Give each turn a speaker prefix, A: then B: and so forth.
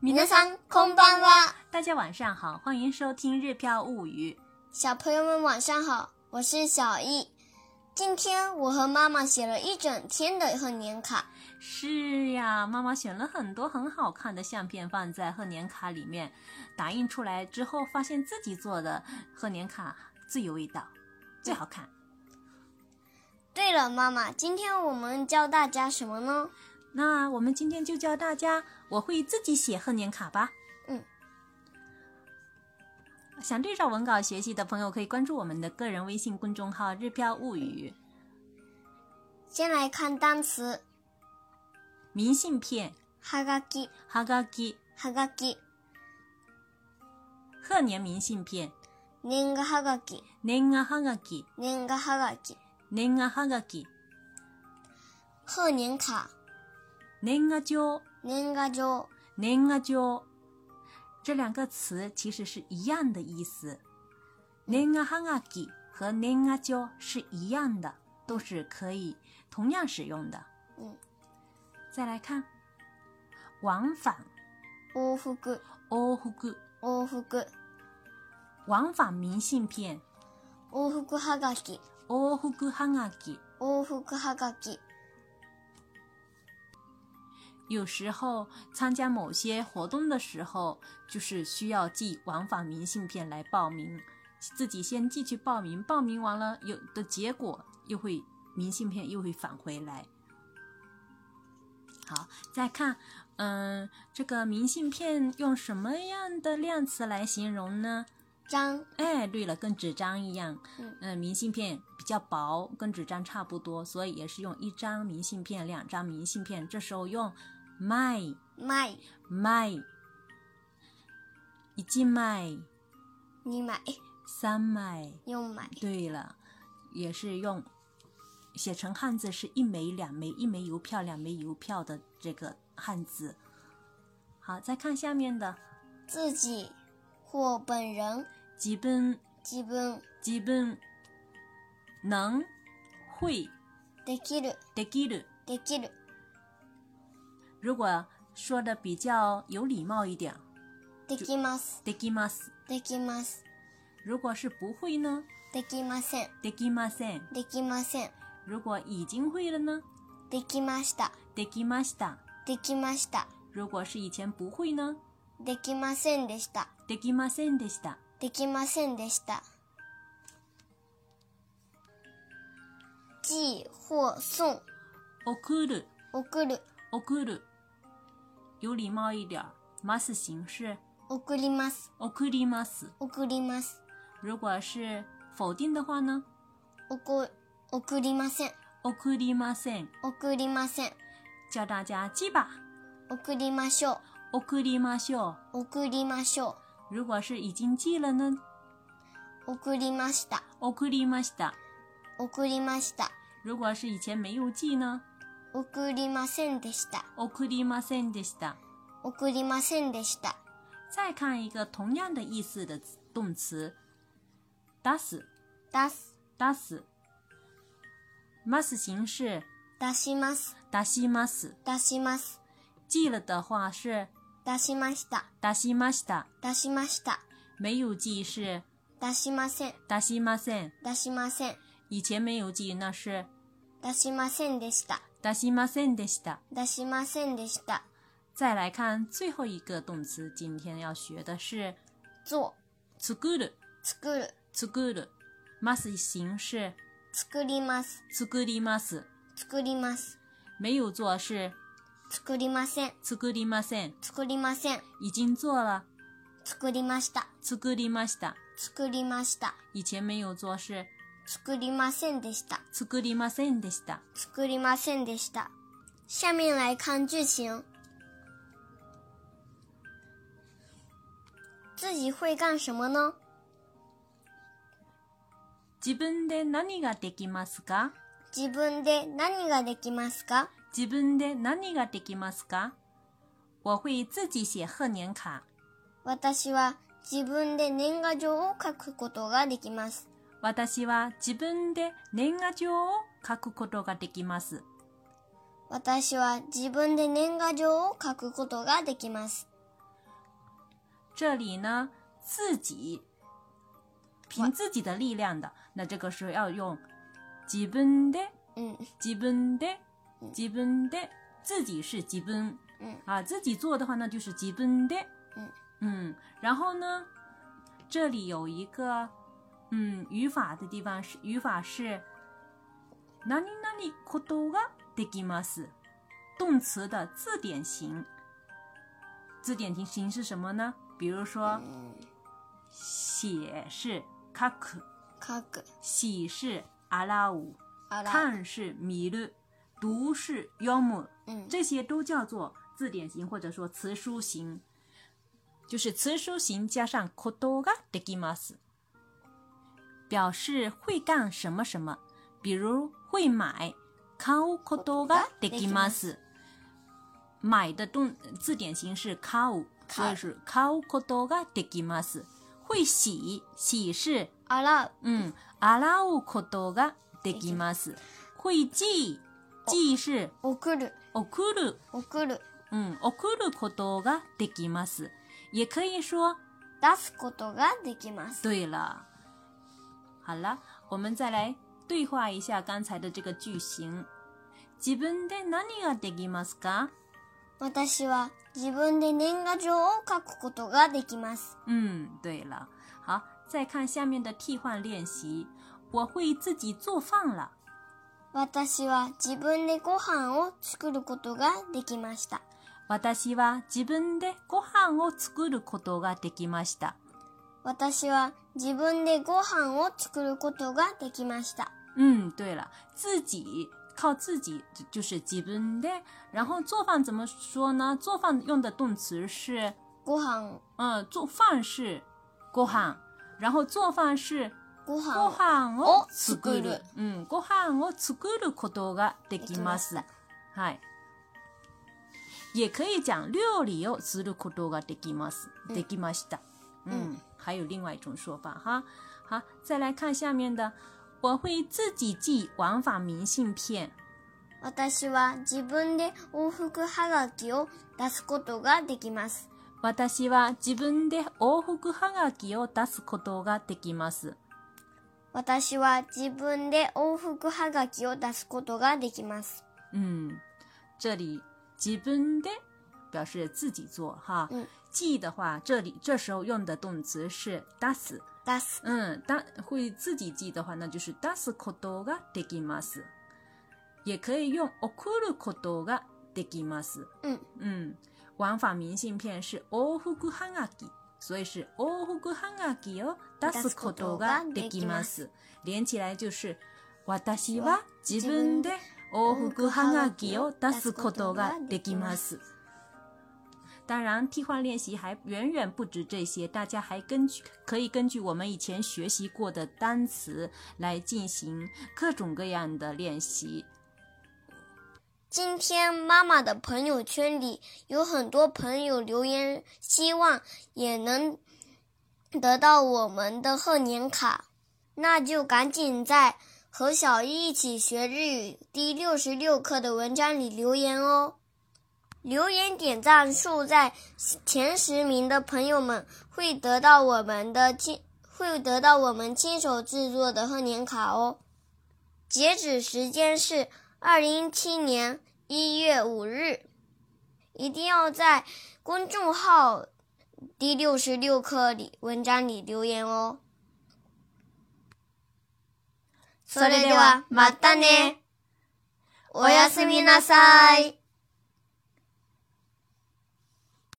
A: 皆さんこんばんは。
B: 大家晚上好，欢迎收听《日飘物语》。
A: 小朋友们晚上好，我是小易。今天我和妈妈写了一整天的贺年卡，
B: 是呀，妈妈选了很多很好看的相片放在贺年卡里面，打印出来之后，发现自己做的贺年卡最有味道，最好看。
A: 对了，妈妈，今天我们教大家什么呢？
B: 那我们今天就教大家，我会自己写贺年卡吧。
A: 嗯，
B: 想对照文稿学习的朋友，可以关注我们的个人微信公众号“日飘物语
A: 先来看单词”。
B: 明信片、
A: はがき、
B: 哈嘎キ、
A: はがき、
B: 贺年明信片、
A: 年賀はがき、
B: 年賀はがき、
A: 年賀はがき、
B: 年賀はがき、
A: 贺年卡、
B: 年賀状、
A: 年賀状、
B: 年賀状。这两个词其实是一样的意思。年賀はがき和年賀状是一样的，都是可以同样使用的。
A: 嗯，
B: 再来看，往返
A: 往復、
B: 往復
A: 往復、
B: 往返明信片
A: 往復はがき、
B: 往復はがき。
A: 往復はがき、
B: 有时候参加某些活动的时候，就是需要寄往返明信片来报名，自己先寄去报名，报名完了有的结果又会明信片又会返回来。好，再看，嗯，这个明信片用什么样的量词来形容呢？
A: じゃん、
B: 哎，对了，跟纸张一样，
A: 嗯
B: 嗯、明信片比较薄，跟纸张差不多，所以也是用一张明信片、两张明信片。这时候用卖
A: 枚、
B: 卖，一斤卖
A: 2枚、
B: 三卖。
A: 4枚、
B: 对了，也是用写成汉字是一枚、两枚，一枚邮票、两枚邮票的这个汉字。好，再看下面的
A: 自己或本人、
B: 几本
A: 自分、
B: 几本能会
A: できる、
B: できる。
A: できる、
B: 如果说的比较有礼貌一点，
A: できます、
B: できます。
A: できます、
B: 如果是不会呢，
A: できません、
B: できません。
A: できません、
B: 如果已经会了呢，
A: できました、
B: できました。
A: できました、
B: 如果是以前不会呢，
A: できませんでした、
B: できませんでした。
A: できませんでした。寄或送、
B: 送る、
A: 送る、
B: 送る。有礼貌一点儿，mas 形式
A: 送ります、
B: 送ります。
A: 送ります、
B: 如果是否定的话呢，
A: おこ送りません、
B: 送りません。
A: 送りません、
B: 教大家记吧，
A: 送りましょう。
B: 送りましょう。
A: 送りましょ
B: 如果是已经记了呢，
A: う。送りました。
B: 送りました。
A: 送りました。
B: 如果是以前没有记呢？
A: 送りませんでした。
B: 送りませんでした。
A: 送りませんでした。
B: 再看一个同样的意思的词动词，出す、
A: 出す。
B: 出す。ます形式
A: 出します。
B: 出します。
A: 出します。
B: 记了的话是
A: 出しました。
B: 出しました，
A: 出しました。
B: 没有记是
A: 出しません。
B: 出しません。
A: 出しません。
B: 以前没有记那是
A: 出しませんでした。
B: 出しませんでした。
A: 出しませんでした。
B: 再来看最后一个动词，今天要学的是
A: ぞ
B: 作る、
A: 作る。
B: 作る。ます形式
A: 作ります。
B: 作ります。
A: 作ります。
B: 没有做是
A: 作りません。
B: 作りません。
A: 作りません。
B: 已经做了
A: 作りました。
B: 作りました。
A: 作りました。
B: 以前没有做是
A: 作りませんでした。
B: 作りませんでした。
A: 作りませんでした。下面来看剧情。自己会干什么呢？
B: 自分で何ができますか
A: 自分で何ができますか？
B: 自分で何ができますか我会自己写贺年卡。
A: 私は自分で年賀状を書くことができます。
B: 私は自分で年賀状を書くことができます。
A: 私は自分で年賀状を書くことができます。
B: 这里呢，自己凭自己的力量的，那这个时候要用自分で、
A: 嗯
B: 自分で、
A: 嗯
B: 自分で，自己是自分
A: 嗯
B: 啊，自己做的话那就是自分で。
A: 嗯
B: 嗯，然后呢，这里有一个嗯语法的地方是语法是何々ことができます，动词的字典型。字典型形是什么呢？比如说
A: 嗯，
B: 写是書く，
A: 卡格
B: 洗
A: 嗯
B: 是阿拉乌，
A: 阿拉，
B: 看是米る，读是読む。
A: 嗯
B: 这些都叫做字典型或者说词书型，就是词书型加上ことができます，表示会干什么什么，比如会买，買うことができます。买的动字典型是買う，所以是買うことができます。会洗，洗是
A: 阿拉，
B: 嗯，洗うことができます。会寄，寄是
A: 我克鲁
B: 送る。
A: 我克鲁，
B: 嗯，送ることができます。也可以说，
A: 出すことができます。
B: 对了。好了，我们再来对话一下刚才的这个句型。自分で何ができますか？
A: 私は自分で年賀状を書くことができます。
B: 嗯，对了。好，再看下面的替换练习。我会自己做饭了。
A: 私は自分でご飯を作ることができました。
B: 私は自分でご飯を作ることができました。
A: 私は自分でご飯を作ることができました。
B: 嗯，对了，自己靠自己就就是自分的。然后做饭怎么说呢？做饭用的动词是，
A: ご飯を、
B: 嗯，做饭是ご飯，然后做饭是
A: ご飯
B: ご
A: を。
B: 飯
A: を
B: を作
A: 作
B: る
A: る。
B: 嗯，ご飯を作ることがで
A: で
B: きま
A: きます
B: す。はい。也可以讲料理をすることができます。
A: 嗯
B: できました。
A: 嗯
B: 嗯，还有另外一种说法哈。好，再来看下面的，我会自己寄往返明信片。
A: 私は自分で往復はがきを出すことができます。
B: 私は自分で往復はがきを出すことができます。
A: 私は自分で往復はがきを出すことができます。
B: 嗯，这里自分で表示自己做哈。
A: 嗯
B: 寄的话，这里这时候用的动词是出す。
A: 出す。
B: 嗯，当会自己寄的话，那就是出すことができます。也可以用送ることができます。
A: うん
B: 嗯，往返明信片是往復はがき，所以是往復はがきを出すことができます。连起来就是私は自分で往復はがきを出すことができます。当然，替换练习还远远不止这些，大家还根据可以根据我们以前学习过的单词来进行各种各样的练习。
A: 今天妈妈的朋友圈里有很多朋友留言，希望也能得到我们的贺年卡。那就赶紧在和小一一起学日语第六十六课的文章里留言哦。留言点赞数在前十名的朋友们会得到我们的亲会得到我们亲手制作的贺年卡哦。截止时间是二零一七年一月五日，一定要在公众号第六十六课里文章里留言哦。それではまたね。おやすみなさい。